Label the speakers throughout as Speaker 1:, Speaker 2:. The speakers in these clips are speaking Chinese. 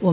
Speaker 1: 我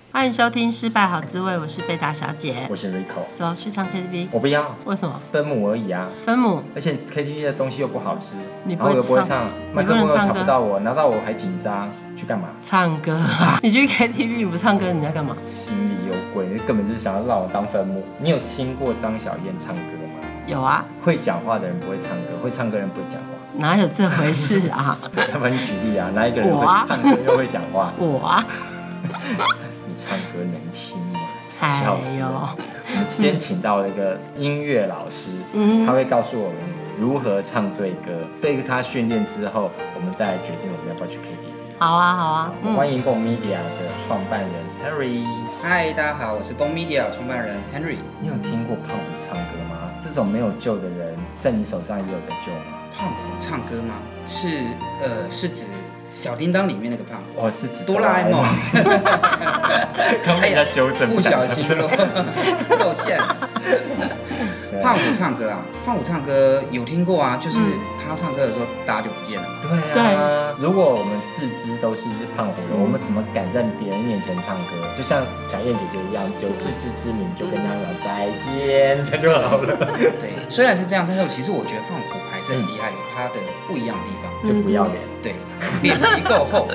Speaker 2: 欢迎收听《失败好滋味》，我是贝达小姐
Speaker 3: 我。是 Rico，
Speaker 2: 走去唱 KTV，
Speaker 3: 我不要
Speaker 2: 为什么？
Speaker 3: 分母而已啊，
Speaker 2: 分母，
Speaker 3: 而且 KTV 的东西又不好吃，
Speaker 2: 你不
Speaker 3: 然后我又不
Speaker 2: 会
Speaker 3: 会
Speaker 2: 唱
Speaker 3: 唱，
Speaker 2: 你
Speaker 3: 麦克
Speaker 2: 不能
Speaker 3: 风又
Speaker 2: 唱
Speaker 3: 抢
Speaker 2: 歌
Speaker 3: 不到我，拿到我还紧张，去干嘛？
Speaker 2: 唱歌 啊！你去 KTV 不唱歌，你在干嘛？
Speaker 3: 心里有鬼，根本就是想要让我当分母。你有听过张小燕唱歌吗？
Speaker 2: 有啊，
Speaker 3: 会讲话的人不会唱歌，会唱歌的人不会讲话。
Speaker 2: 哪有这回事 啊？
Speaker 3: 要不然你举例啊，哪一个人
Speaker 2: 我
Speaker 3: 会
Speaker 2: 啊
Speaker 3: 唱歌又会讲话？
Speaker 2: 我啊，
Speaker 3: 你唱歌能听吗？
Speaker 2: 哎
Speaker 3: 笑死了
Speaker 2: 呦，
Speaker 3: 我们今天请到了一个音乐老师，
Speaker 2: 嗯
Speaker 3: 他会告诉我们如何唱对歌。对他训练之后，我们再来决定我们要不要去 KTV。
Speaker 2: 好啊好啊，
Speaker 3: 欢
Speaker 2: 嗯，
Speaker 3: 迎 b o Media 的创办人 Harry。
Speaker 4: 嗨，大家好，我是 b o Media 创办人 Henry。
Speaker 3: 你有听过胖虎唱歌吗？这种没有救的人，在你手上也有得救吗？
Speaker 4: 胖虎唱歌吗？是呃，是指小叮当里面那个胖虎，
Speaker 3: 我是指
Speaker 4: 哆啦 A 梦。 哎
Speaker 3: 刚被他纠正
Speaker 4: 不小心漏 露馅了。
Speaker 3: 对
Speaker 4: 胖虎唱歌啊，胖虎唱歌有听过啊，就是
Speaker 2: 嗯
Speaker 4: 他唱歌的时候大家就不见了嘛。
Speaker 3: 对嗯啊，如果我们自知都是胖虎了，我们怎么敢在别人面前唱歌？就像小燕姐姐一样，有自知之明就跟他讲再见，这样就好了，
Speaker 4: 对，虽然是这样，但是其实我觉得胖虎还是很厉害，有他的不一样的地方。
Speaker 3: 就不要脸。
Speaker 4: 对，脸皮够厚，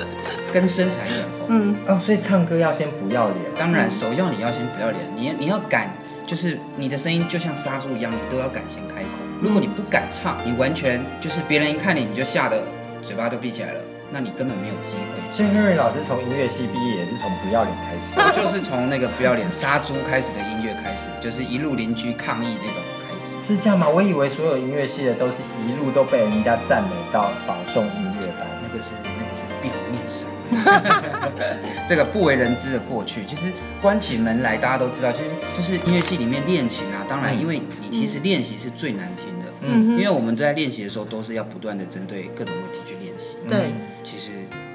Speaker 4: 跟身材也很厚。
Speaker 2: 嗯，
Speaker 3: 哦，所以唱歌要先不要脸。
Speaker 4: 当然，首要你要先不要脸，你你要敢，就是你的声音就像杀猪一样，你都要敢先开口。如果你不敢唱，你完全就是别人一看你你就吓得嘴巴都闭起来了，那你根本没有机会。
Speaker 3: 所以 Henry 老师从音乐系毕业也是从不要脸开始。
Speaker 4: 我就是从那个不要脸杀猪开始的音乐开始，就是一路邻居抗议那种开始。
Speaker 3: 是这样吗？我以为所有音乐系的都是一路都被人家赞美到保送音乐班。
Speaker 4: 那个是那个是表面上， 这个不为人知的过去，就是关起门来，大家都知道，其实就是音乐系里面练琴啊，当然，
Speaker 3: 嗯
Speaker 4: 因为你其实练习是最难听的，
Speaker 2: 嗯哼
Speaker 4: 因为我们在练习的时候都是要不断的针对各种问题去练习，
Speaker 3: 嗯
Speaker 4: 嗯
Speaker 2: 对
Speaker 4: 其实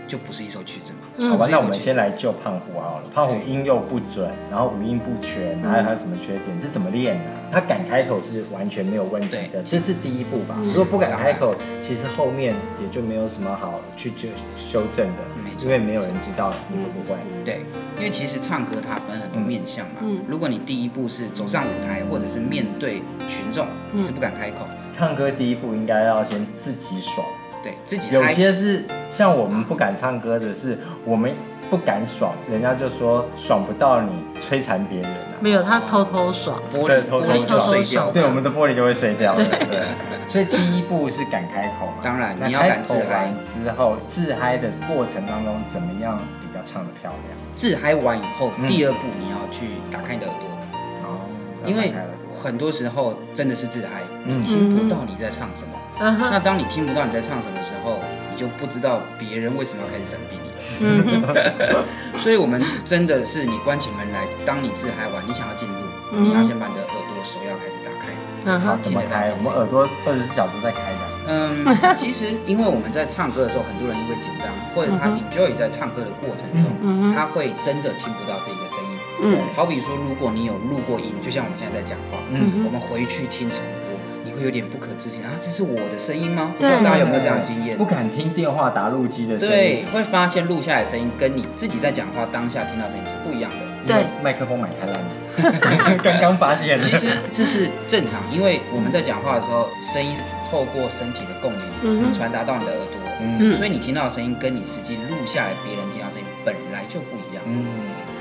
Speaker 4: 就不是一首曲子嘛。
Speaker 2: 嗯
Speaker 3: 好吧，
Speaker 4: 不是一
Speaker 3: 那
Speaker 4: 首
Speaker 3: 我们
Speaker 4: 曲子
Speaker 3: 先来救胖虎好了。胖虎音又不准，然后五音不全，
Speaker 4: 嗯
Speaker 3: 还有还有什么缺点？这怎么练呢、他敢开口是完全没有问题的，这是第一步吧。
Speaker 2: 嗯
Speaker 3: 如果不敢开口，其实后面也就没有什么好去纠修正的
Speaker 4: 没，错
Speaker 3: 因为没有人知道你会不会。
Speaker 4: 对，因为其实唱歌它分很多面向嘛。
Speaker 2: 嗯
Speaker 4: 如果你第一步是走上舞台，或者是面对群众，
Speaker 2: 嗯
Speaker 4: 你是不敢开口，
Speaker 3: 唱歌第一步应该要先自己爽，
Speaker 4: 对自己
Speaker 3: 有
Speaker 4: 嗨
Speaker 3: 些是像我们不敢唱歌的是，我们不敢爽，人家就说爽不到你，摧残别人啊。
Speaker 2: 没有，他偷偷爽，
Speaker 4: 玻
Speaker 3: 对
Speaker 4: 璃
Speaker 3: 偷
Speaker 4: 玻
Speaker 3: 偷
Speaker 4: 璃就
Speaker 3: 撞
Speaker 4: 碎掉了。
Speaker 3: 对，我们的玻璃就会碎掉了。对，所以第一步是敢开口嘛。
Speaker 4: 当然
Speaker 3: 那
Speaker 4: 你要
Speaker 3: 开
Speaker 4: 敢
Speaker 3: 口
Speaker 4: 自嗨
Speaker 3: 完之后，自嗨的过程当中，怎么样比较唱得漂亮？
Speaker 4: 自嗨完以后，
Speaker 3: 嗯
Speaker 4: 第二步你要去打开你的耳朵，
Speaker 3: 哦，
Speaker 4: 因为
Speaker 3: 打开耳朵
Speaker 4: 很多时候真的是自嗨，
Speaker 3: 嗯
Speaker 4: 你听不到你在唱什么。
Speaker 2: 嗯
Speaker 4: 那
Speaker 2: 哼，
Speaker 4: 当你听不到你在唱什么的时候，你就不知道别人为什么要开始闪避你了。
Speaker 2: 嗯哼，
Speaker 4: 所以我们真的是你关起门来，当你自嗨完，你想要进入，
Speaker 2: 嗯
Speaker 4: 你要先把你的耳朵、手要开始打开。
Speaker 2: 嗯
Speaker 3: 好，
Speaker 2: 哼，
Speaker 3: 怎么开？我们耳朵二十四小时在开的。
Speaker 4: 嗯， 其实因为我们在唱歌的时候，很多人因为紧张，或者他
Speaker 2: 嗯
Speaker 4: enjoy 在唱歌的过程中，
Speaker 2: 嗯哼，
Speaker 4: 他会真的听不到自己的声音。
Speaker 2: 嗯
Speaker 4: 好比说，如果你有录过音，就像我们现在在讲话，
Speaker 2: 嗯
Speaker 3: 嗯
Speaker 4: 我们回去听重播，你会有点不可置信啊，这是我的声音吗？不
Speaker 2: 对
Speaker 4: 知道大家有没有这样的经验
Speaker 3: 不？敢听电话打录机的声
Speaker 4: 对
Speaker 3: 音。，
Speaker 4: 会发现录下来的声音跟你自己在讲话当下听到的声音是不一样的。
Speaker 2: 对，
Speaker 3: 麦克风买太烂了， 刚刚发现。
Speaker 4: 其实这是正常，因为我们在讲话的时候，声音是透过身体的共
Speaker 2: 嗯哼
Speaker 4: 鸣传达到你的耳朵，
Speaker 3: 嗯
Speaker 4: 所以你听到的声音跟你实际录下来别人听到的声音本来就不一样。
Speaker 3: 嗯。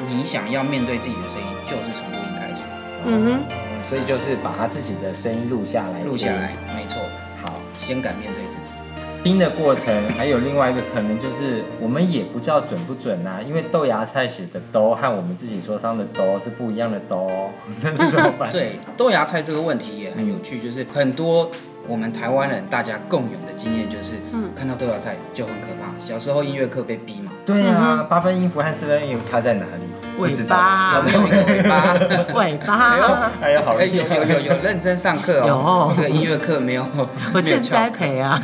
Speaker 4: 你想要面对自己的声音，就是从录音开始
Speaker 2: 嗯哼，
Speaker 3: 哦所以就是把他自己的声音录下来，
Speaker 4: 录下来。，没错，
Speaker 3: 好，
Speaker 4: 先敢面对自己。
Speaker 3: 听的过程还有另外一个可能就是我们也不知道准不准啊，因为豆芽菜写的兜和我们自己说唱的兜是不一样的兜 哦，那是怎么办？
Speaker 4: 对，豆芽菜这个问题也很有趣，就是很多我们台湾人大家共有的经验就是，
Speaker 2: 嗯
Speaker 4: 看到豆芽菜就很可怕。小时候音乐课被逼嘛，
Speaker 3: 对
Speaker 2: 嗯
Speaker 3: 啊，八分音符和四分音符差在哪里？
Speaker 4: 不
Speaker 2: 尾
Speaker 4: 知道
Speaker 2: 巴
Speaker 4: 有没有一个尾巴？
Speaker 2: 尾
Speaker 4: 哎
Speaker 2: 巴
Speaker 4: 呦，
Speaker 5: 哎呀，好
Speaker 4: 哎
Speaker 5: 厉
Speaker 4: 有
Speaker 5: 害！
Speaker 4: 有有有认真上课哦，
Speaker 2: 有
Speaker 4: 这个音乐课没有，
Speaker 2: 我
Speaker 4: 没有
Speaker 2: 欠
Speaker 4: 翘
Speaker 2: 栽培啊。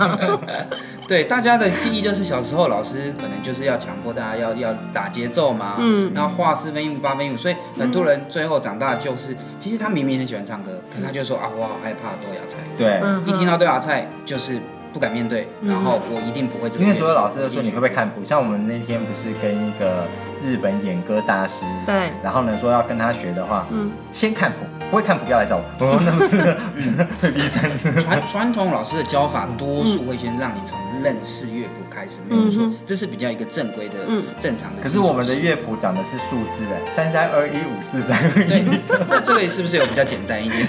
Speaker 4: 对，大家的记忆就是小时候老师可能就是要强迫大家要要打节奏嘛，
Speaker 2: 嗯
Speaker 4: 然后画四分音符、八分音符，所以很多人最后长大就是，其实他明明很喜欢唱歌，可他就说啊，我好害怕豆芽菜，
Speaker 3: 对，
Speaker 2: 嗯哼，
Speaker 4: 一听到豆芽菜就是不敢面对，
Speaker 2: 嗯
Speaker 4: 然后我一定不会这个
Speaker 3: 因为
Speaker 4: 乐器。
Speaker 3: 所有老师都说
Speaker 4: 我
Speaker 3: 你
Speaker 4: 一定
Speaker 3: 会不会看谱，像我们那天不是跟一个日本演歌大师，
Speaker 2: 对
Speaker 3: 然后呢说要跟他学的话，
Speaker 2: 嗯
Speaker 3: 先看谱，不会看谱不要来找我，
Speaker 4: 嗯
Speaker 3: 哦，那不是 退避三尺。
Speaker 4: 传传统老师的教法，多数会先让你从认识乐谱开始，没有错
Speaker 2: 嗯哼，
Speaker 4: 这是比较一个正规的
Speaker 2: 嗯、
Speaker 4: 正常的。
Speaker 3: 可是我们的。乐谱讲的是数字哎，三三二一五四三二
Speaker 4: 对
Speaker 3: 一，，
Speaker 4: 这这这个是不是有比较简单 一点？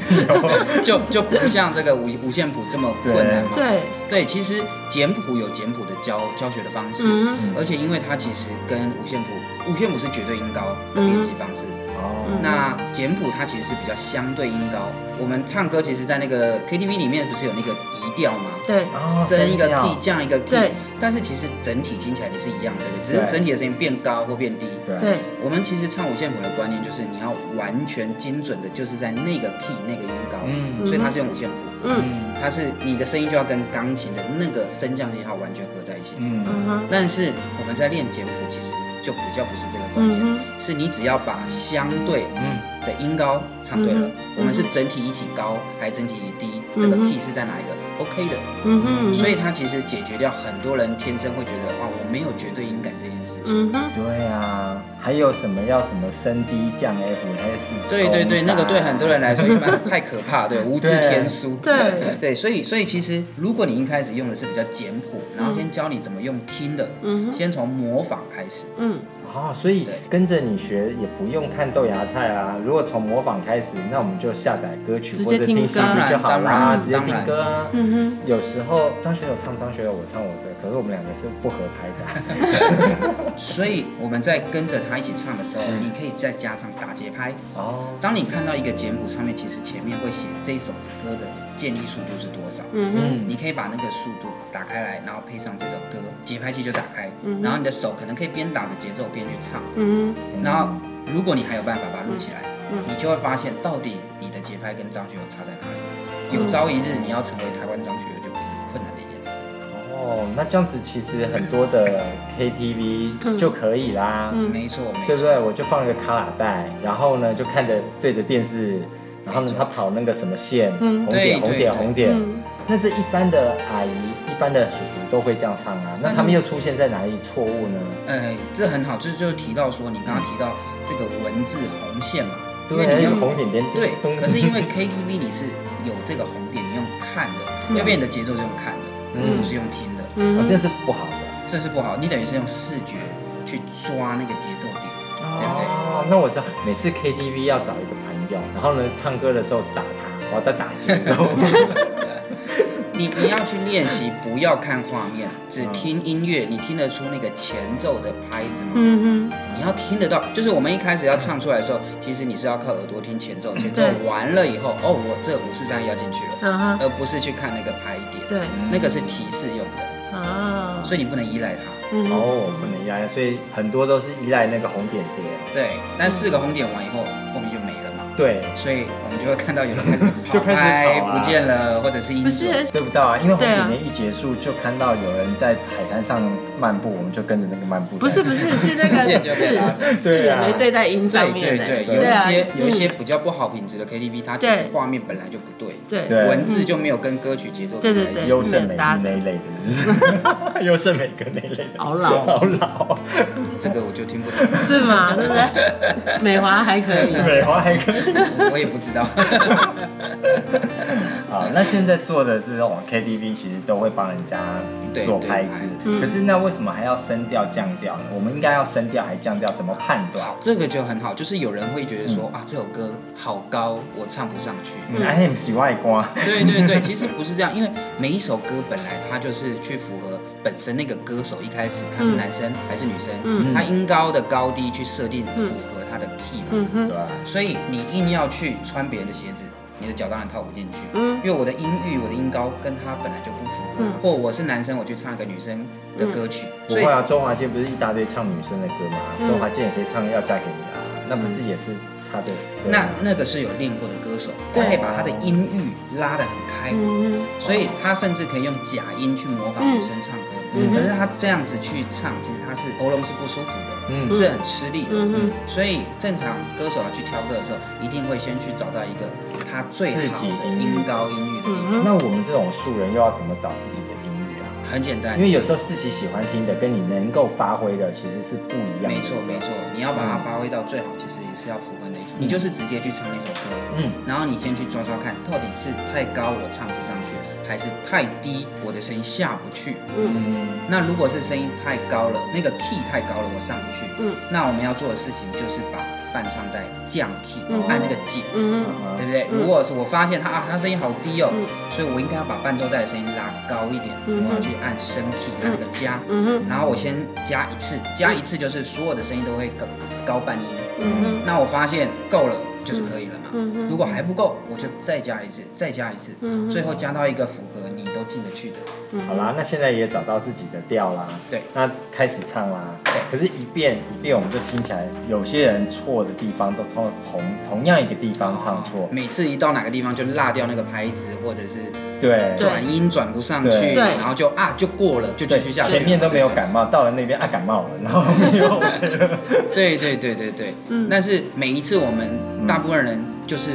Speaker 4: 就就不像这个五五线谱这么困难嘛。
Speaker 2: 对，
Speaker 4: 对，其实简谱有简谱的教教学的方式，
Speaker 2: 嗯
Speaker 4: 而且因为它其实跟五线谱，五线谱是绝对音高的
Speaker 2: 嗯
Speaker 4: 练习方式，
Speaker 3: 哦，
Speaker 4: 那简谱它其实是比较相对音高。我们唱歌其实，在那个 KTV 里面不是有那个移调吗？
Speaker 2: 对，
Speaker 3: 哦
Speaker 4: 升一个
Speaker 3: 调
Speaker 4: key，降一个 key，
Speaker 2: 对
Speaker 4: 但是其实整体听起来你是一样的，对不对？只是
Speaker 3: 对
Speaker 4: 整体的声音变高或变低。
Speaker 3: 对
Speaker 2: 对，
Speaker 4: 我们其实唱五线谱的观念就是你要完全精准的，就是在那个 key 那个音高，
Speaker 3: 嗯
Speaker 4: 所以它是用五线谱。
Speaker 2: 嗯
Speaker 4: 它是你的声音就要跟钢琴的那个升降记号完全合在一起。
Speaker 3: 嗯
Speaker 2: 嗯哼，
Speaker 4: 但是我们在练简谱，其实就比较不是这个观念，
Speaker 2: 嗯
Speaker 4: 是你只要把相对
Speaker 3: 嗯，
Speaker 4: 的音高唱对了，
Speaker 2: 嗯哼
Speaker 4: 我们是整体一起高还是整体一起低，
Speaker 2: 嗯哼
Speaker 4: 这个 key 是在哪一个？OK 的，
Speaker 2: 哼，嗯哼，
Speaker 4: 所以它其实解决掉很多人天生会觉得哇，我没有绝对音感这件事情。
Speaker 2: 嗯哼，
Speaker 3: 对啊，还有什么要什么升低降 F S？
Speaker 4: 对对对，那个对很多人来说 一般太可怕，对，无字
Speaker 3: 对
Speaker 4: 天书。
Speaker 2: 对
Speaker 4: 对，所以所以其实如果你一开始用的是比较简谱，然后先教你怎么用听的，
Speaker 2: 嗯哼，
Speaker 4: 先从模仿开始。
Speaker 2: 嗯，
Speaker 3: 哦，所以
Speaker 4: 对
Speaker 3: 跟着你学也不用看豆芽菜啊。如果从模仿开始，那我们就下载歌曲
Speaker 1: 直
Speaker 3: 或
Speaker 1: 接
Speaker 3: 者
Speaker 1: 听
Speaker 3: 听
Speaker 1: 歌
Speaker 3: CD 就好
Speaker 4: 当然
Speaker 3: 啦，
Speaker 4: 嗯
Speaker 3: 直接
Speaker 4: 当
Speaker 3: 听
Speaker 4: 然
Speaker 3: 歌啊。
Speaker 2: 嗯哼，
Speaker 3: 有时候张学友唱张学友，我唱我的，可是我们两个是不合拍 的。
Speaker 4: 所以我们在跟着他一起唱的时候，
Speaker 3: 嗯
Speaker 4: 你可以再加上打节拍。
Speaker 3: 哦，
Speaker 4: 当你看到一个简谱上面，其实前面会写这首歌的建立速度是多少，
Speaker 2: 嗯哼，
Speaker 4: 你可以把那个速度打开来，然后配上这首歌，节拍器就打开，
Speaker 2: 嗯
Speaker 4: 然后你的手可能可以边打着节奏边去唱，
Speaker 2: 嗯
Speaker 4: 然后如果你还有办法把它录起来，
Speaker 2: 嗯
Speaker 4: 你就会发现到底你的节拍跟张学友差在哪里。
Speaker 2: 嗯
Speaker 4: 有朝一日你要成为台湾张学友就不是困难的一件事。
Speaker 3: 哦，那这样子其实很多的 KTV
Speaker 2: 嗯
Speaker 3: 就可以啦，
Speaker 2: 嗯
Speaker 4: 没错，没
Speaker 3: 对不
Speaker 4: 错，
Speaker 3: 对？我就放一个卡拉带，然后呢就看着对着电视，然后呢
Speaker 4: 没错
Speaker 3: 他跑那个什么线，
Speaker 2: 嗯
Speaker 3: 红点
Speaker 4: 对
Speaker 3: 红
Speaker 4: 对
Speaker 3: 点
Speaker 4: 对
Speaker 3: 红点。
Speaker 2: 嗯，
Speaker 3: 那这一般的阿姨、一般的叔叔都会这样唱啊，那
Speaker 4: 但是
Speaker 3: 他们又出现在哪里错误呢？
Speaker 4: 哎，这很好，这就提到说你刚刚提到这个文字红线嘛，因为
Speaker 3: 对，
Speaker 4: 你
Speaker 3: 有嗯
Speaker 4: 要
Speaker 3: 红点点。
Speaker 4: 对
Speaker 3: 咚，
Speaker 4: 可是因为 KTV 你是有这个红点，你用看的，
Speaker 2: 嗯
Speaker 4: 就变你的节奏是用看的，可是不是用听的，
Speaker 3: 我
Speaker 2: 嗯
Speaker 3: 哦这
Speaker 2: 哼，
Speaker 3: 是不好的。
Speaker 4: 这是不好，你等于是用视觉去抓那个节奏点，对不对？
Speaker 3: 哦，那我知道，每次 KTV 要找一个朋友，然后呢唱歌的时候打他，我要再打节 奏。
Speaker 4: 你你要去练习，不要看画面，只听音乐，你听得出那个前奏的拍子吗？
Speaker 2: 嗯哼，
Speaker 4: 你要听得到，就是我们一开始要唱出来的时候，其实你是要靠耳朵听前奏，前奏
Speaker 2: 嗯对
Speaker 4: 完了以后，哦，我这五四三要进去了，
Speaker 2: 嗯哼，
Speaker 4: 而不是去看那个拍点，
Speaker 2: 对
Speaker 4: 那个是提示用的，
Speaker 2: 啊，
Speaker 4: 所
Speaker 2: 以，
Speaker 4: 以你不能依赖它。
Speaker 2: 嗯哼，
Speaker 3: 哦，不能依赖，所以很多都是依赖那个红点点。
Speaker 4: 对，
Speaker 2: 嗯
Speaker 4: 但四个红点完以后，后面就没了嘛，
Speaker 3: 对，
Speaker 4: 所以我们就会看到有人 开始
Speaker 3: 就开
Speaker 4: 跑
Speaker 3: 始
Speaker 4: 拍
Speaker 3: 跑啊
Speaker 4: 不见了，或者是音
Speaker 2: 不是，
Speaker 4: 准
Speaker 2: 而且
Speaker 3: 对不到啊，因为红
Speaker 2: 对啊
Speaker 3: 点点一结束，就看到有人在海滩上漫步，我们就跟着那个漫步。
Speaker 2: 不是不是是那
Speaker 4: 视线就
Speaker 2: 个
Speaker 4: 被拉
Speaker 2: 字
Speaker 4: 扯
Speaker 3: 对
Speaker 2: 字也
Speaker 3: 啊
Speaker 2: 没对在音上
Speaker 4: 对
Speaker 2: 面
Speaker 4: 对
Speaker 2: 呢，
Speaker 4: 对，
Speaker 2: 对
Speaker 4: 有一
Speaker 2: 啊
Speaker 4: 些有一
Speaker 2: 嗯
Speaker 4: 些比较不好品质的 KTV，它其实
Speaker 2: 对
Speaker 4: 画面本来就不对，
Speaker 2: 对，
Speaker 3: 对
Speaker 4: 文字就没有跟歌曲节奏
Speaker 2: 对对
Speaker 4: 在一起
Speaker 2: 对
Speaker 3: 优胜美地那一类的，是 不是优胜美歌那一类的，
Speaker 2: 好老
Speaker 3: 好老，
Speaker 4: 这个我就听不懂，
Speaker 2: 是吗？对不对？美华还可以，
Speaker 3: 美华还可以。
Speaker 4: 我我也不 知道。
Speaker 3: 好，那现在做的这种 KTV 其实都会帮人家
Speaker 4: 对
Speaker 3: 做
Speaker 4: 对
Speaker 3: 拍
Speaker 4: 哎
Speaker 3: 子
Speaker 2: 嗯，
Speaker 3: 可是那为什么还要升调降调呢？我们应该要升调还降调，怎么判断？
Speaker 4: 这个就很好，就是有人会觉得说、啊，这首歌好高，我唱不上去。
Speaker 3: 嗯哎，你喜欢歌，
Speaker 4: 对 对对，其实不是这样，因为每一首歌本来它就是去符合本身那个歌手一开始他是
Speaker 2: 嗯
Speaker 4: 男生还是女生，
Speaker 2: 嗯
Speaker 4: 他音高的高低去设定
Speaker 2: 嗯
Speaker 4: 符合他的 key 嘛。
Speaker 2: 嗯
Speaker 3: 对
Speaker 2: 哼，
Speaker 3: 吧？
Speaker 4: 所以你硬要去穿别人的鞋子，你的脚当然套不进去。
Speaker 2: 嗯
Speaker 4: 因为我的音域、我的音高跟他本来就不符合，
Speaker 2: 嗯
Speaker 4: 或我是男生，我去唱一个女生的歌曲，
Speaker 3: 不
Speaker 4: 所以
Speaker 3: 会啊，周华健不是一大堆唱女生的歌吗？
Speaker 2: 嗯
Speaker 3: 周华健也可以唱《要嫁给你》啊。那不是也是他的？
Speaker 4: 嗯那那个是有练过的歌手，他可以把他的音域拉得很开，
Speaker 6: 嗯
Speaker 4: 所以他甚至可以用假音去模仿女生唱歌。
Speaker 6: 嗯嗯
Speaker 4: 可是他这样子去唱，其实他是喉咙是不舒服的，
Speaker 3: 嗯
Speaker 4: 是很吃力的。
Speaker 6: 嗯哼，
Speaker 4: 所以正常歌手要去挑歌的时候，一定会先去找到一个他最好
Speaker 3: 自己
Speaker 4: 的
Speaker 3: 音域
Speaker 4: 音高音域的地方。
Speaker 6: 嗯哼，
Speaker 3: 那我们这种素人又要怎么找自己的音域啊？
Speaker 4: 很简单
Speaker 3: 因，为有时候自己喜欢听的跟你能够发挥的其实是不一样的。
Speaker 4: 没错没错，你要把
Speaker 6: 嗯
Speaker 4: 它发挥到最好，其实也是要符合的。你就是直接去唱那首歌，
Speaker 3: 嗯，
Speaker 4: 然后你先去抓抓看，到底是太高我唱不上去，还是太低我的声音下不去。
Speaker 6: 嗯
Speaker 3: 嗯
Speaker 4: 那如果是声音太高了，那个 key 太高了，我上不去。
Speaker 6: 嗯，
Speaker 4: 那我们要做的事情就是把伴唱带降 key，、
Speaker 6: 嗯
Speaker 4: 按那个键，
Speaker 6: 嗯哼，
Speaker 3: 嗯
Speaker 4: 对不对？
Speaker 6: 嗯
Speaker 4: 如果是我发现他啊，他声音好低哦，
Speaker 6: 嗯
Speaker 4: 所以我应该要把伴奏带的声音拉高一点，
Speaker 6: 嗯
Speaker 4: 我要去按升 key，按那个加，
Speaker 6: 嗯哼，
Speaker 4: 然后我先加一次，加一次就是所有的声音都会高高半音。
Speaker 6: 嗯哼，
Speaker 4: 那我发现够了就是可以了嘛。
Speaker 6: 嗯哼
Speaker 4: 如果还不够，我就再加一次，再加一次，
Speaker 6: 嗯哼
Speaker 4: 最后加到一个符合你都进得去的。
Speaker 3: 好啦，那现在也找到自己的调啦，
Speaker 4: 对
Speaker 3: 那开始唱啦。
Speaker 4: 对
Speaker 3: 可是，一遍一遍，我们就听起来有些人错的地方都同同同样一个地方唱错，
Speaker 4: 每次一到哪个地方就落掉那个拍子，或者是
Speaker 3: 对，
Speaker 4: 转音转不上去，
Speaker 3: 对
Speaker 6: 对
Speaker 4: 然后就啊就过了，就继
Speaker 3: 对，
Speaker 4: 续下去。
Speaker 3: 前面都没有感冒，到了那边啊感冒了，然后没 有，
Speaker 4: 对对对对对，
Speaker 6: 嗯
Speaker 4: 但是每一次我
Speaker 3: 嗯
Speaker 4: 们大部分人就是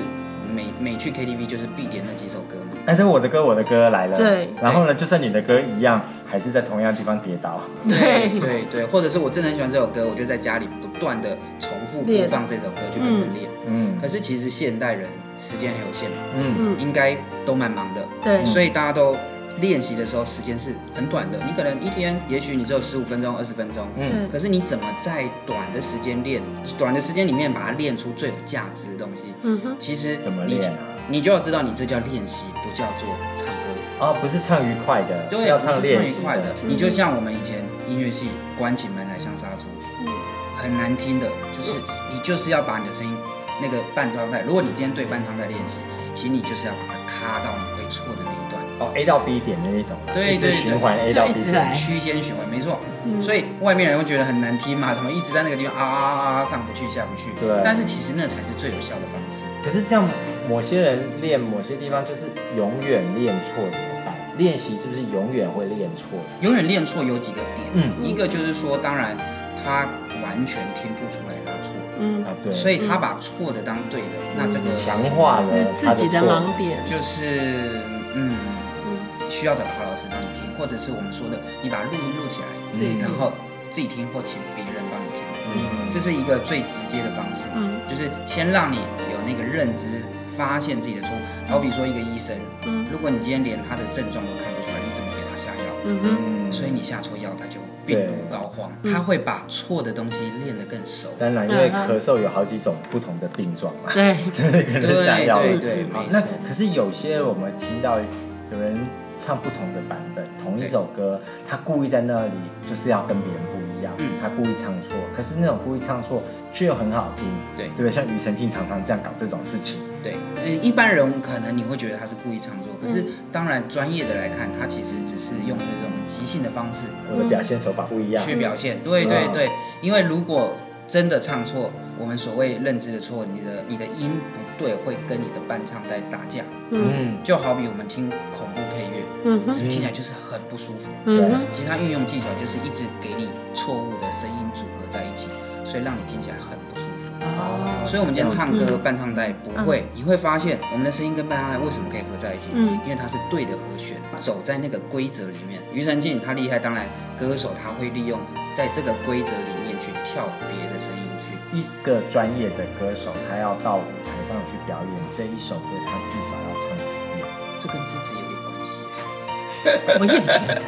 Speaker 4: 每每去 KTV 就是必点那几首歌嘛。
Speaker 3: 但是我的歌我的歌来了，
Speaker 6: 对
Speaker 3: 然后呢，就算你的歌一样，还是在同样地方跌倒，
Speaker 6: 对
Speaker 4: 对对，或者是我真的很喜欢这首歌，我就在家里不断的重复播
Speaker 6: 练
Speaker 4: 放这首歌去跟着
Speaker 6: 嗯
Speaker 4: 练。
Speaker 3: 嗯，
Speaker 4: 可是其实现代人时间很有限嘛，
Speaker 3: 嗯
Speaker 6: 嗯，
Speaker 4: 应该都蛮忙的，
Speaker 6: 对，
Speaker 4: 所以大家都练习的时候时间是很短的。你可能一天，也许你只有十五分钟、二十分钟，
Speaker 3: 嗯，
Speaker 4: 可是你怎么在短的时间练，短的时间里面把它练出最有价值的东西？
Speaker 6: 嗯哼，
Speaker 4: 其实
Speaker 3: 怎么
Speaker 4: 你
Speaker 3: 练啊
Speaker 4: 你就要知道你这叫练习，不叫做唱歌。
Speaker 3: 哦，不是唱愉快的，
Speaker 4: 对，
Speaker 3: 是要
Speaker 4: 不是
Speaker 3: 唱
Speaker 4: 唱
Speaker 3: 练
Speaker 4: 愉
Speaker 3: 习
Speaker 4: 快的
Speaker 3: 的，，
Speaker 4: 你就像我们以前音乐系关起门来像杀猪，很难听的，就是你就是要把你的声音那个半唱带，如果你今天对半唱带练习，其实你就是要把它卡到你会错的那一段。
Speaker 3: 哦 A 到 B 点的那种，
Speaker 4: 对
Speaker 3: 一直
Speaker 4: 对
Speaker 3: 循环 A 到 B
Speaker 1: 就一直
Speaker 3: 点
Speaker 1: 来，
Speaker 4: 区间循环，没错。
Speaker 6: 嗯
Speaker 4: 所以外面人会觉得很难听嘛，怎么一直在那个地方啊啊啊啊上不去下不去？
Speaker 3: 对
Speaker 4: 但是其实那才是最有效的方式。
Speaker 3: 可是这样，某些人练某些地方就是永远练错怎么办？练习是不是永远会练错？
Speaker 4: 永远练错有几个点，
Speaker 3: 嗯
Speaker 4: 一个就是说，当然他完全听不出来他错，
Speaker 6: 嗯，
Speaker 3: 啊，对，嗯
Speaker 4: 所以他把错的当对的，那这个
Speaker 3: 强化了
Speaker 6: 是
Speaker 3: 他
Speaker 6: 自己的
Speaker 3: 错
Speaker 1: 盲点，
Speaker 4: 就是嗯，需要找好老师帮你听，或者是我们说的，你把它录音录起
Speaker 3: 自己
Speaker 4: 来，
Speaker 3: 听
Speaker 4: 然后自己听或请别人帮你听，
Speaker 3: 嗯
Speaker 4: 这是一个最直接的方式。
Speaker 6: 嗯
Speaker 4: 就是先让你有那个认知，发现自己的错误。好比说一个医生，
Speaker 6: 嗯
Speaker 4: 如果你今天连他的症状都看不出来，你怎么给他下药？
Speaker 6: 嗯哼，
Speaker 3: 嗯
Speaker 4: 所以你下错药，他就病入 膏肓，
Speaker 6: 对
Speaker 4: 他会把错的东西练得更熟。
Speaker 3: 当然，因为咳嗽有好几种不同的病状嘛，
Speaker 6: 对，
Speaker 3: 可
Speaker 4: 对
Speaker 3: 能下药了
Speaker 4: 对对，
Speaker 3: 好
Speaker 4: 没
Speaker 3: 哦那
Speaker 4: 错。
Speaker 3: 可是有些我们听到有人唱不同的版本，同一首歌，他故意在那里就是要跟别人不一样，
Speaker 4: 嗯
Speaker 3: 他故意唱错。可是那种故意唱错却又很好听，
Speaker 4: 对
Speaker 3: 对不对？像庾澄庆常常这样搞这种事情，
Speaker 4: 对，呃，一般人可能你会觉得他是故意唱错，可是
Speaker 6: 嗯
Speaker 4: 当然专业的来看，他其实只是用那种即兴的方式
Speaker 3: 我的表现手法不一样，
Speaker 4: 去表现。对
Speaker 6: 嗯
Speaker 4: 对对，因为如果真的唱错，我们所谓认知的错，你的你的音不对，会跟你的伴唱带打架。
Speaker 6: 嗯
Speaker 3: 嗯，
Speaker 4: 就好比我们听恐怖配乐，
Speaker 6: 嗯
Speaker 4: 是
Speaker 6: 哼，
Speaker 4: 不是听起来就是很不舒服？
Speaker 6: 嗯哼，
Speaker 4: 其实它运用技巧就是一直给你错误的声音组合在一起，所以让你听起来很不舒服。
Speaker 6: 哦，
Speaker 4: 所以我们今天唱歌
Speaker 6: 嗯
Speaker 4: 伴唱带不
Speaker 1: 嗯
Speaker 4: 会，你会发现我们的声音跟伴唱带为什么可以合在一起？
Speaker 6: 嗯
Speaker 4: 因为它是对的和弦，走在那个规则里面。庾澄庆他厉害，当然歌手他会利用在这个规则里面去跳别的声音去。
Speaker 3: 一个专业的歌手，他要到舞台上去表演这一首歌，他至少要唱几遍。
Speaker 4: 这跟资质有点关系，
Speaker 1: 我也觉得，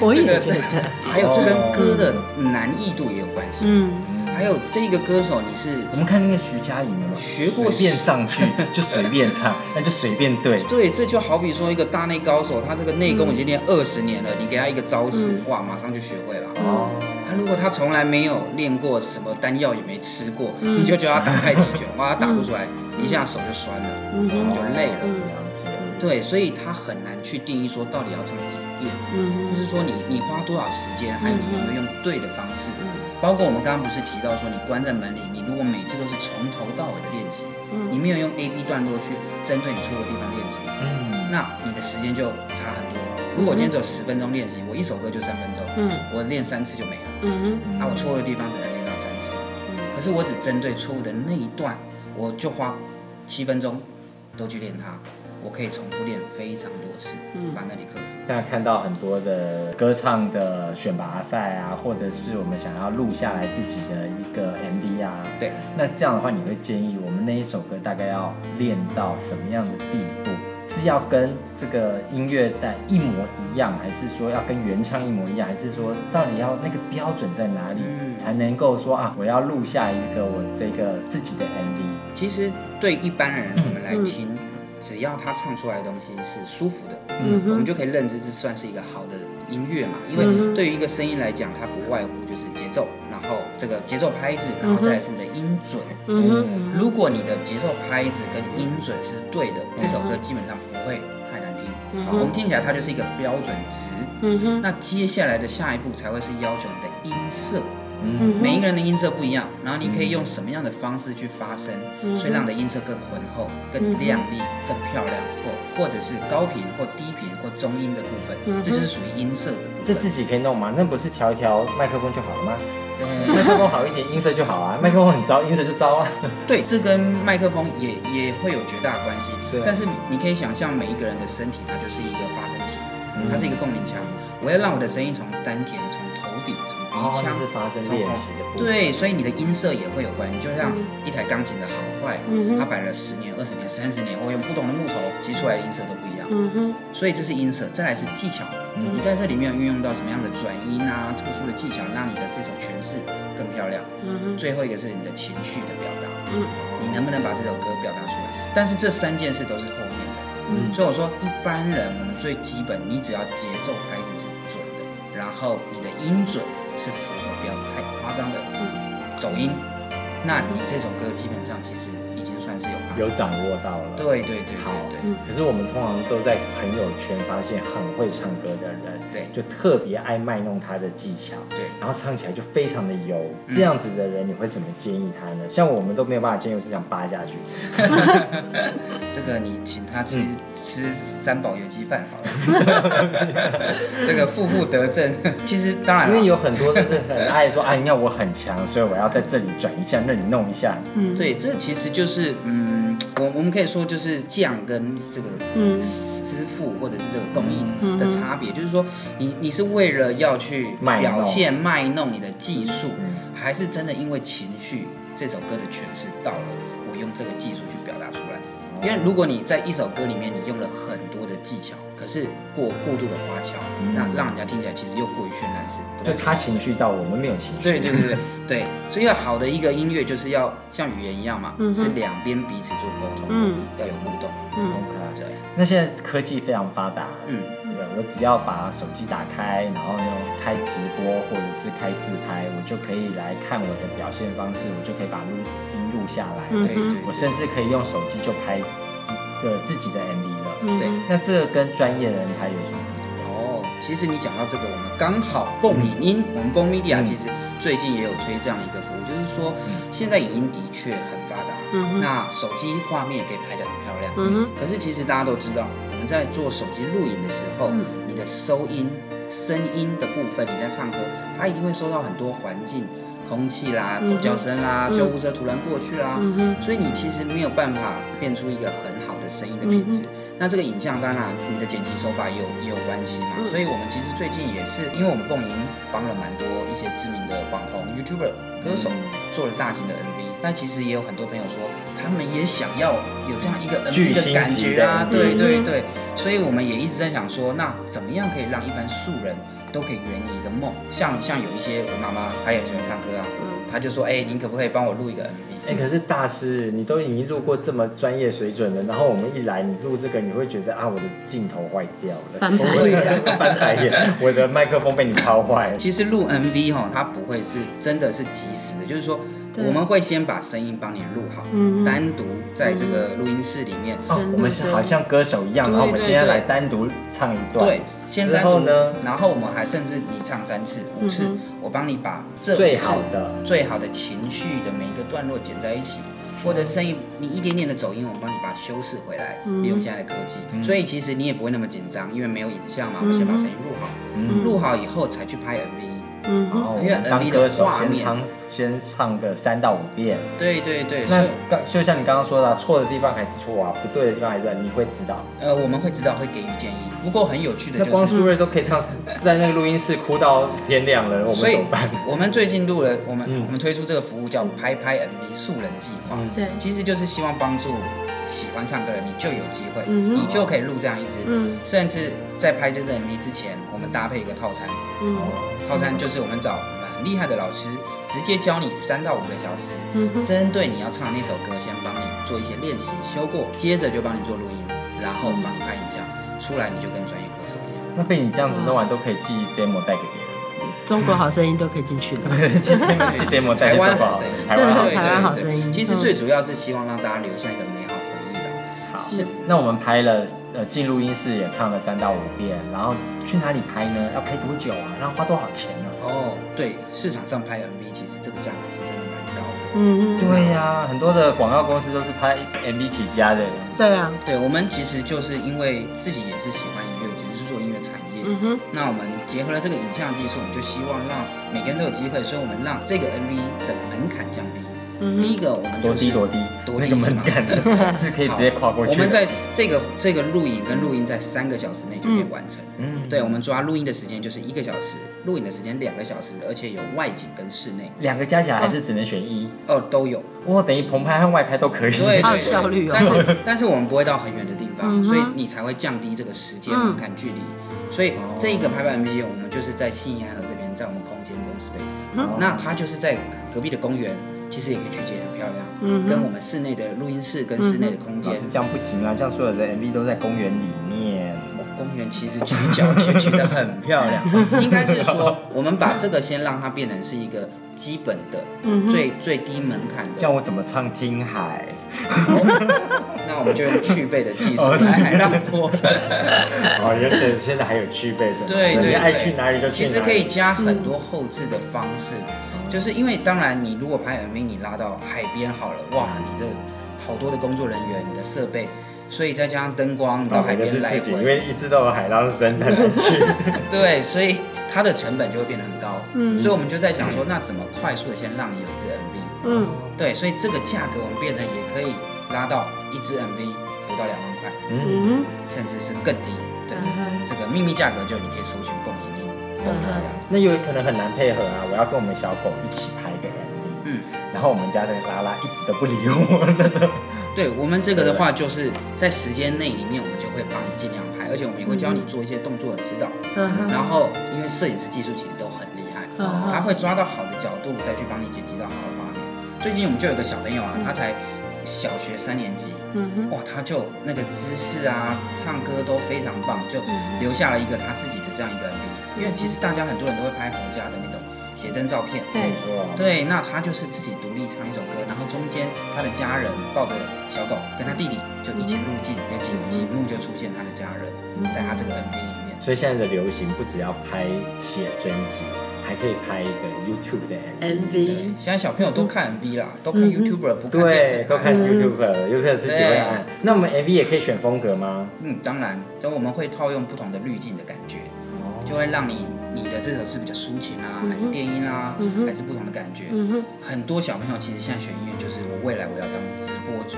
Speaker 1: 我也觉得，哦
Speaker 4: 还有这跟歌的难易度也有关系。
Speaker 6: 嗯，
Speaker 4: 还有这个歌手你是
Speaker 1: 嗯
Speaker 3: 我们看那个徐佳莹有没有
Speaker 4: 学过
Speaker 3: 随便上去就随便唱，那就随便 对。
Speaker 4: 对，这就好比说一个大内高手，他这个内功已经练二十年了，你给他一个招式，
Speaker 6: 嗯
Speaker 4: 哇，马上就学会了。
Speaker 3: 哦，
Speaker 4: 那如果他从来没有练过什么丹药，也没吃过，
Speaker 6: 嗯
Speaker 4: 你就觉得他打太极拳，哇，他打不出来，一下手就酸了，
Speaker 6: 嗯哼，
Speaker 4: 就累了
Speaker 6: 嗯
Speaker 3: 了解。
Speaker 4: 对，所以他很难去定义说到底要唱几遍，就
Speaker 6: 嗯
Speaker 4: 是说你你
Speaker 6: 嗯
Speaker 4: 花多少时间，还有你有没有用对的方式。包括我们刚刚不是提到说，你关在门里，你你如果每次都是从头到尾的练习，你
Speaker 2: 嗯，
Speaker 4: 没有用 A B 段落去针对你错的地方练习，
Speaker 5: 嗯，
Speaker 4: 那你的时间就差很多。如果我今天只有十分钟练习，我一首歌就三分钟，
Speaker 2: 嗯
Speaker 4: 我练三次就没了。
Speaker 2: 嗯
Speaker 4: 啊，我错的地方只能练到三次，可是我只针对错误的那一段，我就花七分钟都去练它，我可以重复练非常多次，
Speaker 2: 嗯
Speaker 4: 把那里克服。
Speaker 3: 现在看到很多的歌唱的选拔赛啊，或者是我们想要录下来自己的一个 MV 啊，
Speaker 4: 对，
Speaker 3: 那这样的话，你会建议我们那一首歌大概要练到什么样的地步？是要跟这个音乐带一模一样，还是说要跟原唱一模一样，还是说到底要那个标准在哪里，
Speaker 4: 嗯
Speaker 3: 才能够说啊，我要录下一个我这个自己的 MV？
Speaker 4: 其实对一般人
Speaker 3: 嗯
Speaker 4: 我们来听，只要他唱出来的东西是舒服的，
Speaker 2: 嗯
Speaker 4: 我们
Speaker 2: 哼，
Speaker 4: 就可以认知这算是一个好的音乐嘛。因
Speaker 2: 嗯哼
Speaker 4: 为对于一个声音来讲，它不外乎就是节奏，然后这个节奏拍子，然后再来是你的音准。
Speaker 2: 嗯哼，
Speaker 4: 如果你的节奏拍子跟音准是对的，这首歌基本上不会太难听。
Speaker 2: 嗯
Speaker 4: 我
Speaker 2: 哼
Speaker 4: 们听起来它就是一个标准值。
Speaker 2: 嗯哼，
Speaker 4: 那接下来的下一步才会是要求你的音色，
Speaker 3: 嗯
Speaker 4: 每一个人的音色不一样，然后你可以用什么样的方式去发声，
Speaker 2: 嗯
Speaker 4: 所以让你的音色更浑厚、更亮丽、更漂亮，或或者是高频或低频或中音的部
Speaker 2: 嗯
Speaker 4: 分，
Speaker 2: 哼
Speaker 4: 这就是属于音色的部
Speaker 3: 这
Speaker 4: 分。
Speaker 3: 自己可以弄吗？那不是调一调麦克风就好了吗？
Speaker 4: 呃
Speaker 3: 麦克风好一点，音色就好啊；麦克风很糟，音色就糟啊。
Speaker 4: 对，这跟麦克风也也会有绝大的关系
Speaker 3: 对。
Speaker 4: 但是你可以想象，每一个人的身体它就是一个发声体，
Speaker 3: 嗯
Speaker 4: 它是一个共鸣腔。我要让我的声音从丹田、从头顶、从
Speaker 3: 哦，
Speaker 4: 鼻
Speaker 3: 那
Speaker 4: 腔
Speaker 3: 是发声练习的部分。
Speaker 4: 对，所以你的音色也会有关系，就像
Speaker 2: 嗯
Speaker 4: 一台钢琴的好坏，
Speaker 2: 嗯哼
Speaker 4: 它摆了十年、二十年、三十年，我用不同的木头击出来的音色都不一样。
Speaker 2: 嗯哼，
Speaker 4: 所以这是音色，再来是技巧，
Speaker 3: 嗯
Speaker 4: 你在这里面运用到什么样的转音啊，特殊的技巧，让你的这首诠释更漂亮。
Speaker 2: 嗯哼，
Speaker 4: 最后一个是你的情绪的表达，
Speaker 2: 嗯
Speaker 4: 你能不能把这首歌表达出来？但是这三件事都是后面的，
Speaker 2: 嗯
Speaker 4: 所以我说一般人我们最基本，你只要节奏拍子是准的，然后你的音准是符合，不要太夸张的。
Speaker 2: 嗯
Speaker 4: 走音，那你这首歌基本上其实已经算是有八成
Speaker 3: 有。掌握到了。
Speaker 4: 对对对
Speaker 3: 好
Speaker 4: 对对
Speaker 2: 嗯
Speaker 3: 可是我们通常都在朋友圈发现很会唱歌的人，
Speaker 4: 对
Speaker 3: 就特别爱卖弄他的技巧，
Speaker 4: 对，
Speaker 3: 然后唱起来就非常的油。
Speaker 4: 嗯
Speaker 3: 这样子的人，你会怎么建议他呢？像我们都没有办法建议，我是想扒下去。
Speaker 4: 这个你请他吃、
Speaker 3: 嗯
Speaker 4: 吃三宝油鸡饭好了， 这个负负得正。 其实当然
Speaker 3: 因
Speaker 4: 啦
Speaker 3: 为有很多都是很爱说，哎，你看我很强，所以我要在这里转一下，那里弄一下。
Speaker 2: 嗯，
Speaker 4: 对，这其实就是嗯，我我们可以说就是匠跟这个
Speaker 2: 嗯
Speaker 4: 师傅或者是这个工
Speaker 2: 嗯
Speaker 4: 艺的差别，就是说你你是为了要去
Speaker 3: 卖弄
Speaker 4: 表现卖弄你的技术，
Speaker 3: 嗯，
Speaker 4: 还是真的因为情绪这首歌的诠释到了，我用这个技术去表达出来。
Speaker 3: 哦
Speaker 4: 因为如果你在一首歌里面，你用了很多的技巧，可是过过度的花俏，
Speaker 3: 嗯
Speaker 4: 那让人家听起来其实又过于绚烂，是不
Speaker 3: 就
Speaker 4: 太
Speaker 3: 他情绪到，我们没有情绪。
Speaker 4: 对对对对对，所以要好的一个音乐就是要像语言一样嘛，
Speaker 2: 嗯哼
Speaker 4: 是两边彼此做沟通的，
Speaker 2: 嗯
Speaker 4: 要有互动。
Speaker 2: 嗯
Speaker 3: OK，
Speaker 4: 对，
Speaker 3: 那现在科技非常发达，
Speaker 4: 嗯，
Speaker 3: 对，我只要把手机打开，然后呢开直播或者是开自拍，我就可以来看我的表现方式，我就可以把录音录下来。
Speaker 2: 嗯
Speaker 4: 对对对
Speaker 3: 我甚至可以用手机就拍一个自己的 MV 了。
Speaker 2: 嗯，
Speaker 4: 对
Speaker 3: 那这个跟专业人拍有什么不同？
Speaker 4: 哦，其实你讲到这个，我们刚好蹦影音，我们蹦 media
Speaker 3: 嗯
Speaker 4: 其实最近也有推这样一个服务，就是说
Speaker 3: 嗯
Speaker 4: 现在影音的确很发达，
Speaker 2: 嗯哼，
Speaker 4: 那手机画面也可以拍得很漂亮。
Speaker 2: 嗯哼，
Speaker 4: 可是其实大家都知道，我们在做手机录影的时候，
Speaker 2: 嗯
Speaker 4: 你的收音、声音的部分，你在唱歌，它一定会收到很多环境、空气啦、
Speaker 2: 嗯哼
Speaker 4: 狗叫声啦、
Speaker 2: 嗯
Speaker 4: 救护车突然过去啦，
Speaker 2: 嗯哼，
Speaker 4: 所以你其实没有办法变出一个很好的声音的品
Speaker 2: 嗯
Speaker 4: 质。那这个影像当然你的剪辑手法也有也有关系嘛，
Speaker 2: 嗯
Speaker 4: 所以我们其实最近也是，因为我们共赢帮了蛮多一些知名的网红、YouTuber、歌手做了大型的 MV，但其实也有很多朋友说他们也想要有这样一个
Speaker 3: 巨
Speaker 4: MV
Speaker 3: 星级
Speaker 4: 的感觉啊，
Speaker 3: 的 MV
Speaker 4: 对对对，所以我们也一直在想说，那怎么样可以让一般素人都可以圆一个梦？像像有一些我妈妈她也很喜欢唱歌啊，
Speaker 2: 嗯
Speaker 4: 她就说，哎、您可不可以帮我录一个 MV？
Speaker 3: 哎、可是大师，你都已经录过这么专业水准了，然后我们一来你录这个，你会觉得啊，我的镜头坏掉了，
Speaker 2: 翻白
Speaker 3: 眼，翻白 眼，我的麦克风被你敲坏了。
Speaker 4: 其实录 MV 哈、它不会是真的是及时的，就是说
Speaker 2: 对
Speaker 4: 我们会先把声音帮你录好，
Speaker 2: 嗯嗯
Speaker 4: 单独在这个录音室里面，
Speaker 3: 哦
Speaker 2: 深，入
Speaker 3: 我们是
Speaker 2: 深入
Speaker 3: 好像歌手一样，
Speaker 4: 对
Speaker 3: 然后我们
Speaker 4: 对
Speaker 3: 今天
Speaker 4: 对
Speaker 3: 来单独唱一段，
Speaker 4: 对，先
Speaker 3: 之
Speaker 4: 单
Speaker 3: 后
Speaker 4: 独
Speaker 3: 呢，
Speaker 4: 然后我们还甚至你唱三次、五次，
Speaker 2: 嗯
Speaker 4: 我帮你把这
Speaker 3: 最
Speaker 4: 五次
Speaker 3: 好的
Speaker 4: 最好的情绪的每一个段落剪在一起，或者是声音你一点点的走音，我帮你把它修饰回来，
Speaker 2: 嗯
Speaker 4: 利用现在的科技，
Speaker 3: 嗯
Speaker 4: 所以其实你也不会那么紧张，因为没有影像嘛，我们先把声音录好，
Speaker 3: 嗯，
Speaker 4: 录好以后才去拍 MV。
Speaker 2: 嗯
Speaker 3: 然
Speaker 2: 哼
Speaker 3: 后我
Speaker 4: 因为
Speaker 3: 们当
Speaker 4: MV
Speaker 3: 歌
Speaker 4: 的
Speaker 3: 手
Speaker 4: 画
Speaker 3: 先
Speaker 4: 面
Speaker 3: 唱先唱个三到五遍。
Speaker 4: 对对对，所
Speaker 3: 那
Speaker 4: 以
Speaker 3: 刚就像你刚刚说的啊，错的地方还是错啊，不对的地方还是对你会知道。
Speaker 4: 呃我们会知道会给予建议，不过很有趣的
Speaker 3: 那
Speaker 4: 就
Speaker 3: 光
Speaker 4: 是
Speaker 3: 苏。瑞都可以唱，在那个录音室哭到天亮了，我们
Speaker 4: 所以
Speaker 3: 怎么办？
Speaker 4: 我们最近录了，我们、
Speaker 3: 嗯
Speaker 4: 我们推出这个服务叫“拍拍 MV 素人计划”，
Speaker 3: 嗯
Speaker 2: 对，
Speaker 4: 其实就是希望帮助喜欢唱歌的你就有机会，
Speaker 2: 嗯哼
Speaker 4: 你就可以录这样一支，
Speaker 2: 嗯
Speaker 4: 甚至在拍这支 MV 之前，我们搭配一个套餐，
Speaker 2: 嗯
Speaker 3: 哦
Speaker 4: 套餐就是我们找我们很厉害的老师，直接教你三到五个小时，
Speaker 2: 嗯哼
Speaker 4: 针对你要唱的那首歌，先帮你做一些练习修过，接着就帮你做录音，然后帮你拍影像，出来你就跟专业歌手一样。
Speaker 3: 那被你这样子弄完都可以寄 demo 带给别
Speaker 2: 中国好声音都可以进去了。
Speaker 3: 人， 寄 demo 寄 demo 带
Speaker 4: 台
Speaker 3: 给
Speaker 4: 湾
Speaker 3: 中国
Speaker 4: 好
Speaker 3: 好
Speaker 4: 声音，
Speaker 3: 台湾好
Speaker 2: 对台湾好声音
Speaker 4: 其实
Speaker 2: 嗯
Speaker 4: 最主要是希望让大家留下一个美好回忆吧。
Speaker 3: 好
Speaker 4: 是，
Speaker 3: 那我们拍了，呃，进录音室也唱了三到五遍，然后去哪里拍呢？要拍多久啊？然后花多少钱呢、
Speaker 4: 哦，对，市场上拍 MV 其实这个价格是真的蛮高的。
Speaker 2: 嗯嗯，
Speaker 3: 对呀、啊很多的广告公司都是拍 MV 起家的，
Speaker 2: 对啊，
Speaker 4: 对，我们其实就是因为自己也是喜欢音乐，也是做音乐产业。
Speaker 2: 嗯哼，
Speaker 4: 那我们结合了这个影像技术，我们就希望让每个人都有机会，所以我们让这个 MV 的门槛降低。
Speaker 2: 嗯
Speaker 4: 第一
Speaker 2: 哼，
Speaker 4: 个，我们就
Speaker 3: 多
Speaker 4: 是
Speaker 3: 低多低，
Speaker 4: 多
Speaker 3: 那
Speaker 4: 低
Speaker 3: 个
Speaker 4: 是
Speaker 3: 门
Speaker 4: 吗
Speaker 3: 槛 的 是可以直接跨过去的。
Speaker 4: 我们在这个这个录影跟录音在三个小时内就可以完成。
Speaker 3: 嗯
Speaker 4: 对，我们抓录音的时间就是一个小时，录影的时间两个小时，而且有外景跟室内，
Speaker 3: 两个加起来还是只能选一，
Speaker 4: 哦都有。
Speaker 3: 哇，等于棚拍和外拍都可以。
Speaker 4: 对
Speaker 2: 好
Speaker 4: 对
Speaker 2: 有效率哦
Speaker 4: 但是但是我们不会到很远的地
Speaker 2: 嗯哼嗯
Speaker 4: 方，所以你才会降低这个时间门槛距离。所以
Speaker 3: 哦
Speaker 4: 这一个拍板 MV，我们就是在信义安和这边，在我们空间 Room Space，
Speaker 3: 哦
Speaker 2: 嗯
Speaker 4: 那它就是在隔壁的公园，其实也可以取景，很漂亮。
Speaker 2: 嗯
Speaker 4: 跟我
Speaker 2: 哼，嗯
Speaker 4: 们室内的录音室跟室内的空间
Speaker 3: 老，师这样不行啊，这样所有的 MV 都在公园里面。
Speaker 4: 哦公园其实取角也取得很 漂亮。应该是说，我们把这个先让它变成是一个基本的、
Speaker 2: 嗯哼
Speaker 4: 最最低门槛的
Speaker 3: 这样我怎么唱《听海
Speaker 4: 那我们就用去背的技术来海浪波。》？
Speaker 3: 哦，原来现在还有具备的，
Speaker 4: 对
Speaker 3: 人
Speaker 4: 对
Speaker 3: 家爱
Speaker 4: 对
Speaker 3: 去哪里就去
Speaker 4: 其
Speaker 3: 哪里。哦
Speaker 4: 实可以加很多后置的方式，就是因为当然你如果拍 MV，你拉到海边好了，哇，你这好多的工作人员，你的设备，所以再加上灯光，你到
Speaker 3: 哦，
Speaker 4: 海
Speaker 3: 每个
Speaker 4: 边
Speaker 3: 是
Speaker 4: 来
Speaker 3: 自己，因
Speaker 4: 回，
Speaker 3: 为一直都有海浪声在来 去。
Speaker 4: 对，所以它的成本就会变得很高。
Speaker 2: 嗯
Speaker 4: 所以我们就在想说，那怎么快速的先让你有一支 MV？
Speaker 2: 嗯
Speaker 4: 对，所以这个价格我们变得也可以拉到一支 MV 不到两万块，
Speaker 3: 嗯，
Speaker 2: 嗯
Speaker 4: 甚至是更低。对
Speaker 2: 嗯哼，嗯
Speaker 4: 这个秘密价格就你可以搜寻蹦莹莹，蹦莹莹。
Speaker 3: 那有可能很难配合啊，我要跟我们小狗一起拍一个 MV，
Speaker 4: 嗯，
Speaker 3: 然后我们家的拉拉一直都不理 我。
Speaker 4: 对我们这个的话，就是在时间内里面，我们就会帮你尽量拍，而且我们也会教你做一些动作的指导。
Speaker 2: 嗯哼，
Speaker 4: 然后，因为摄影师技术其实都很厉害，
Speaker 2: 嗯哼
Speaker 4: 他会抓到好的角度，再去帮你剪辑到好的画面。最近我们就有个小朋友啊，他才小学三年级，
Speaker 2: 嗯哼，
Speaker 4: 哇，他就那个姿势啊，唱歌都非常棒，就
Speaker 2: 嗯
Speaker 4: 留下了一个他自己的这样一个 MV。因为其实大家很多人都会拍红家的那种写真照片，
Speaker 3: 跟
Speaker 2: 对
Speaker 3: 你说啊，
Speaker 4: 对，那他就是自己独立唱一首歌，然后中间他的家人抱着小狗跟他弟弟就一起入镜，有几几幕就出现他的家人
Speaker 2: 嗯
Speaker 4: 在他这个 MV 里面。
Speaker 3: 所以现在的流行不只要拍写真集，还可以拍一个 YouTube 的
Speaker 4: 哎
Speaker 3: MV。
Speaker 4: 对
Speaker 2: MV，，
Speaker 4: 现在小朋友都看 MV 啦，都看
Speaker 2: 嗯
Speaker 4: YouTuber，不看电视
Speaker 3: 对，
Speaker 4: 台
Speaker 3: 都看
Speaker 2: 嗯
Speaker 3: YouTube 了，YouTube 自己会按。那我们 MV 也可以选风格吗？
Speaker 4: 嗯，当然，所以我们会套用不同的滤镜的感觉，就会让你你的这首是比较抒情啊，
Speaker 2: 嗯哼
Speaker 4: 还是电音啊，
Speaker 2: 嗯哼
Speaker 4: 还是不同的感觉。
Speaker 2: 嗯哼，
Speaker 4: 很多小朋友其实现在学音乐，就是我未来我要当直播主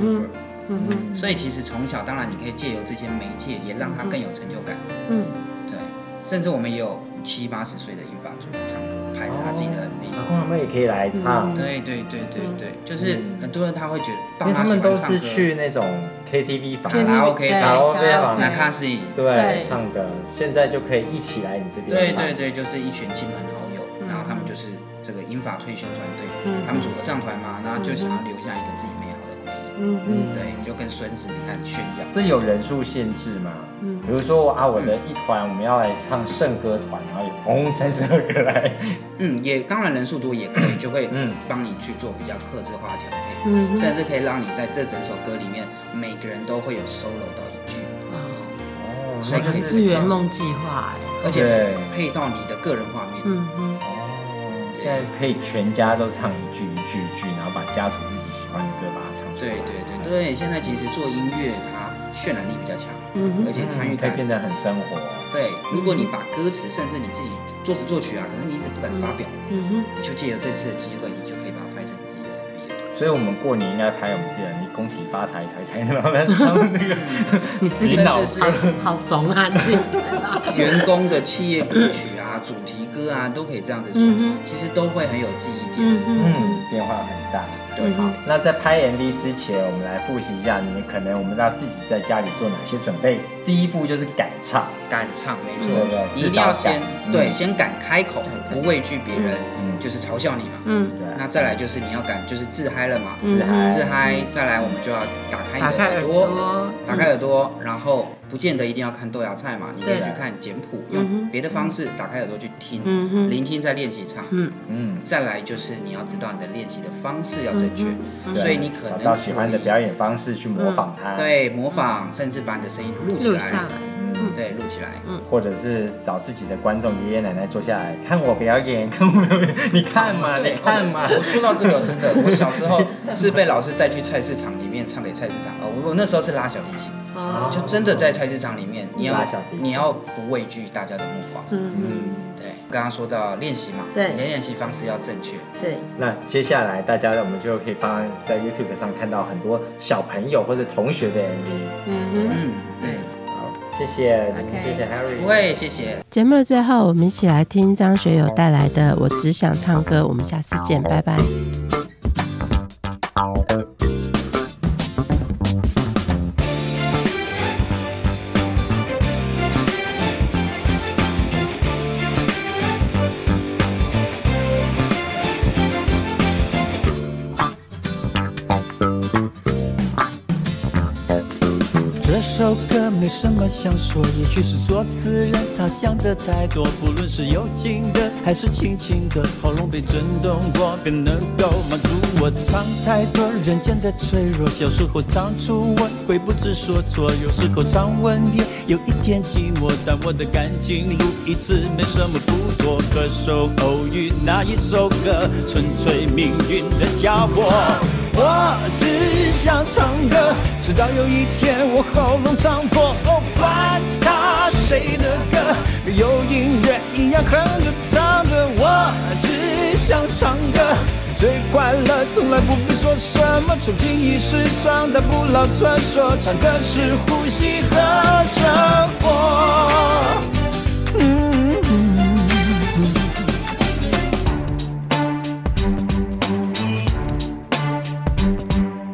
Speaker 2: 哼
Speaker 4: YouTuber，、
Speaker 2: 嗯哼，
Speaker 4: 所以其实从小当然你可以借由这些媒介，也让他更有成就感。
Speaker 2: 嗯
Speaker 4: 对，甚至我们也有七八十岁的英法族来唱歌，拍了他自己的
Speaker 3: 然
Speaker 2: 哦
Speaker 4: MV。
Speaker 3: 后他哦们也可以来唱
Speaker 2: 嗯，
Speaker 4: 对对对对对，就是很多人他会觉得
Speaker 3: 因
Speaker 4: 爸
Speaker 3: 为
Speaker 4: 妈
Speaker 3: 他
Speaker 4: 喜
Speaker 3: 们
Speaker 4: 欢
Speaker 3: 都
Speaker 4: 唱歌
Speaker 3: 是，去那种 KTV 房，
Speaker 4: 卡拉 OK
Speaker 2: 对啊
Speaker 4: 卡
Speaker 3: 拉 OK 房
Speaker 4: 那卡斯，
Speaker 3: 对
Speaker 2: 对
Speaker 3: 唱的，现在就可以一起来你这边
Speaker 4: 对
Speaker 3: 唱
Speaker 4: 对对，就是一群亲朋好友，
Speaker 2: 嗯
Speaker 4: 然后他们就是这个英法退休团队
Speaker 2: 嗯，
Speaker 4: 他们组合唱团嘛，然后就想要留下一个自己美好的回忆。
Speaker 2: 嗯嗯
Speaker 4: 对，你就跟孙子你看炫耀。
Speaker 3: 这有人数限制吗？
Speaker 2: 嗯
Speaker 3: 比，如说啊，我的一团我们要来唱圣歌团，然后有轰三十二个来，
Speaker 4: 嗯，也当然人数多也可以，就会
Speaker 3: 嗯
Speaker 4: 帮你去做比较克制化调配，
Speaker 2: 嗯
Speaker 4: 甚至可以让你在这整首歌里面每个人都会有 solo 到一句，
Speaker 2: 哦，
Speaker 3: 哦，
Speaker 4: 所
Speaker 3: 那
Speaker 4: 以
Speaker 3: 就
Speaker 2: 可
Speaker 4: 就是
Speaker 2: 是圆梦计划哎，
Speaker 4: 而且
Speaker 3: 对
Speaker 4: 配到你的个人画面。
Speaker 2: 嗯哼，
Speaker 3: 哦，现在可以全家都唱一句一句一句，然后把家属自己喜欢的歌把它唱出来。
Speaker 4: 对对对对，现在其实做音乐它渲染力比较强，
Speaker 2: 嗯哼，
Speaker 4: 而且参与
Speaker 3: 嗯可以
Speaker 4: 感
Speaker 3: 变得很生活。
Speaker 4: 对，如果你把歌词，甚至你自己作词作曲啊，可是你一直不敢发表，
Speaker 2: 嗯哼，
Speaker 4: 你就借由这次的机会，你就可以把它拍成你自己的 MV 了。
Speaker 3: 所以我们过年应该拍我们自己的，你恭喜发财财财，然后来唱那 个
Speaker 2: 你自己
Speaker 3: 洗脑
Speaker 4: 甚至是
Speaker 2: 好好怂啊，你自己看到，
Speaker 4: 员工的企业歌曲啊、主题歌啊，都可以这样子做，
Speaker 2: 嗯
Speaker 4: 其实都会很有记忆点。
Speaker 2: 嗯哼，嗯
Speaker 3: 嗯，变化很大。
Speaker 4: 对，
Speaker 2: 好，
Speaker 3: 那在拍 MV 之前，我们来复习一下，你们可能我们要自己在家里做哪些准备？第一步就是敢唱，
Speaker 4: 敢唱没错
Speaker 3: 对对，
Speaker 4: 你
Speaker 3: 至
Speaker 4: 一定要
Speaker 3: 少敢
Speaker 4: 先
Speaker 3: 嗯
Speaker 4: 对，先敢开口，
Speaker 3: 对
Speaker 4: 不畏惧别人
Speaker 3: 嗯
Speaker 4: 就是嘲笑你嘛。
Speaker 2: 嗯
Speaker 3: 对
Speaker 4: 那
Speaker 3: 啊，
Speaker 4: 再来就是你要敢就是自嗨了嘛，
Speaker 2: 嗯
Speaker 3: 自嗨，
Speaker 4: 自嗨，再来我们就要打开
Speaker 2: 打
Speaker 4: 你的
Speaker 2: 开
Speaker 4: 耳
Speaker 2: 耳
Speaker 4: 朵。
Speaker 2: 朵，嗯
Speaker 4: 打开耳朵，然后不见得一定要看豆芽菜嘛，你可以
Speaker 2: 对
Speaker 4: 去看简谱，
Speaker 2: 嗯哼
Speaker 4: 用别的方式打开耳朵去听，
Speaker 2: 嗯哼，
Speaker 4: 聆听再练习唱。
Speaker 2: 嗯，
Speaker 3: 嗯，
Speaker 4: 再来就是你要知道你的练习的方式要正确，
Speaker 2: 嗯哼
Speaker 4: 所
Speaker 3: 对
Speaker 4: 以你可
Speaker 3: 找
Speaker 4: 能
Speaker 3: 到喜欢的
Speaker 4: 可以
Speaker 3: 表演方式去模仿它，，
Speaker 4: 对，模仿，甚至把你的声音录起
Speaker 2: 录下
Speaker 4: 来，
Speaker 2: 来，
Speaker 3: 嗯，
Speaker 4: 对，录起来。
Speaker 3: 或者是找自己的观众爷爷奶奶坐下来看我表演，看我表演，你看嘛，
Speaker 4: 对
Speaker 3: 你看嘛
Speaker 4: 哦，我说到这个，真的，我小时候是被老师带去菜市场里面唱给菜市场，哦，我我那时候是拉小提琴，
Speaker 2: 哦，
Speaker 4: 就真的在菜市场里面，你要
Speaker 3: 拉小提琴
Speaker 4: 你要不畏惧大家的目光。
Speaker 2: 嗯
Speaker 3: 嗯，
Speaker 4: 对，刚刚说到练习嘛，
Speaker 2: 对
Speaker 4: 你的练习方式要正确。
Speaker 2: 哼，对，
Speaker 3: 那接下来大家我们就可以放在 YouTube 上看到很多小朋友或者同学的 MV。
Speaker 2: 嗯哼。
Speaker 4: 嗯，对，
Speaker 3: 好，谢谢
Speaker 2: OK
Speaker 3: 谢谢 Harry，
Speaker 4: 不会，谢谢。
Speaker 6: 节目的最后，我们一起来听张学友带来的《我只想唱歌》。我们下次见，拜拜。
Speaker 7: 这首歌没什么想说，也许是作词人他想的太多。不论是有情的还是轻轻的，喉咙被震动过，便能够满足我。唱太多人间的脆弱，小时候唱初吻会不知所措，有时候唱吻也有一点寂寞，但我的感情路一直没什么不妥。歌手偶遇那一首歌，纯粹命运的家伙。我只想唱歌，直到有一天我喉咙唱破。哦，管他谁的歌，有音乐一样哼着唱着。我只想唱歌，最快乐从来不必说什么，憧憬一世长大不老传说，唱歌是呼吸和生活。